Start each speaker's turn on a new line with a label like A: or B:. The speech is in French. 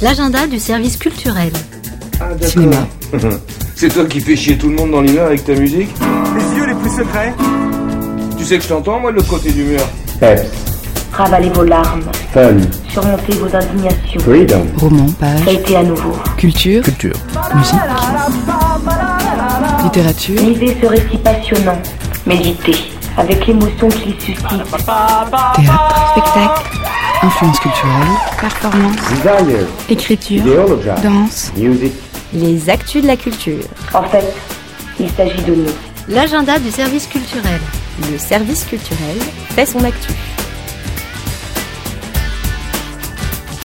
A: l'agenda du service culturel.
B: Ah,
A: Cinéma.
B: C'est toi qui fais chier tout le monde dans l'île avec ta musique
C: Les yeux les plus secrets
B: Tu sais que je t'entends, moi, de l'autre côté du mur.
D: peps,
E: Ravalez vos larmes,
D: fun,
E: surmontez vos indignations.
D: freedom,
F: Romans, pages,
E: Ça a été à nouveau.
F: culture,
G: Culture.
F: musique, littérature,
E: Vivez ce récit passionnant. Méditez, avec l'émotion qu'il suscite.
F: théâtre,
H: Spectacle,
F: influence culturelle,
H: performance,
D: desire,
H: écriture,
D: ideology,
H: danse.
D: music,
I: Les actus de la culture.
E: En fait, il s'agit de nous.
A: L'agenda du service culturel.
I: Le service culturel fait son actu.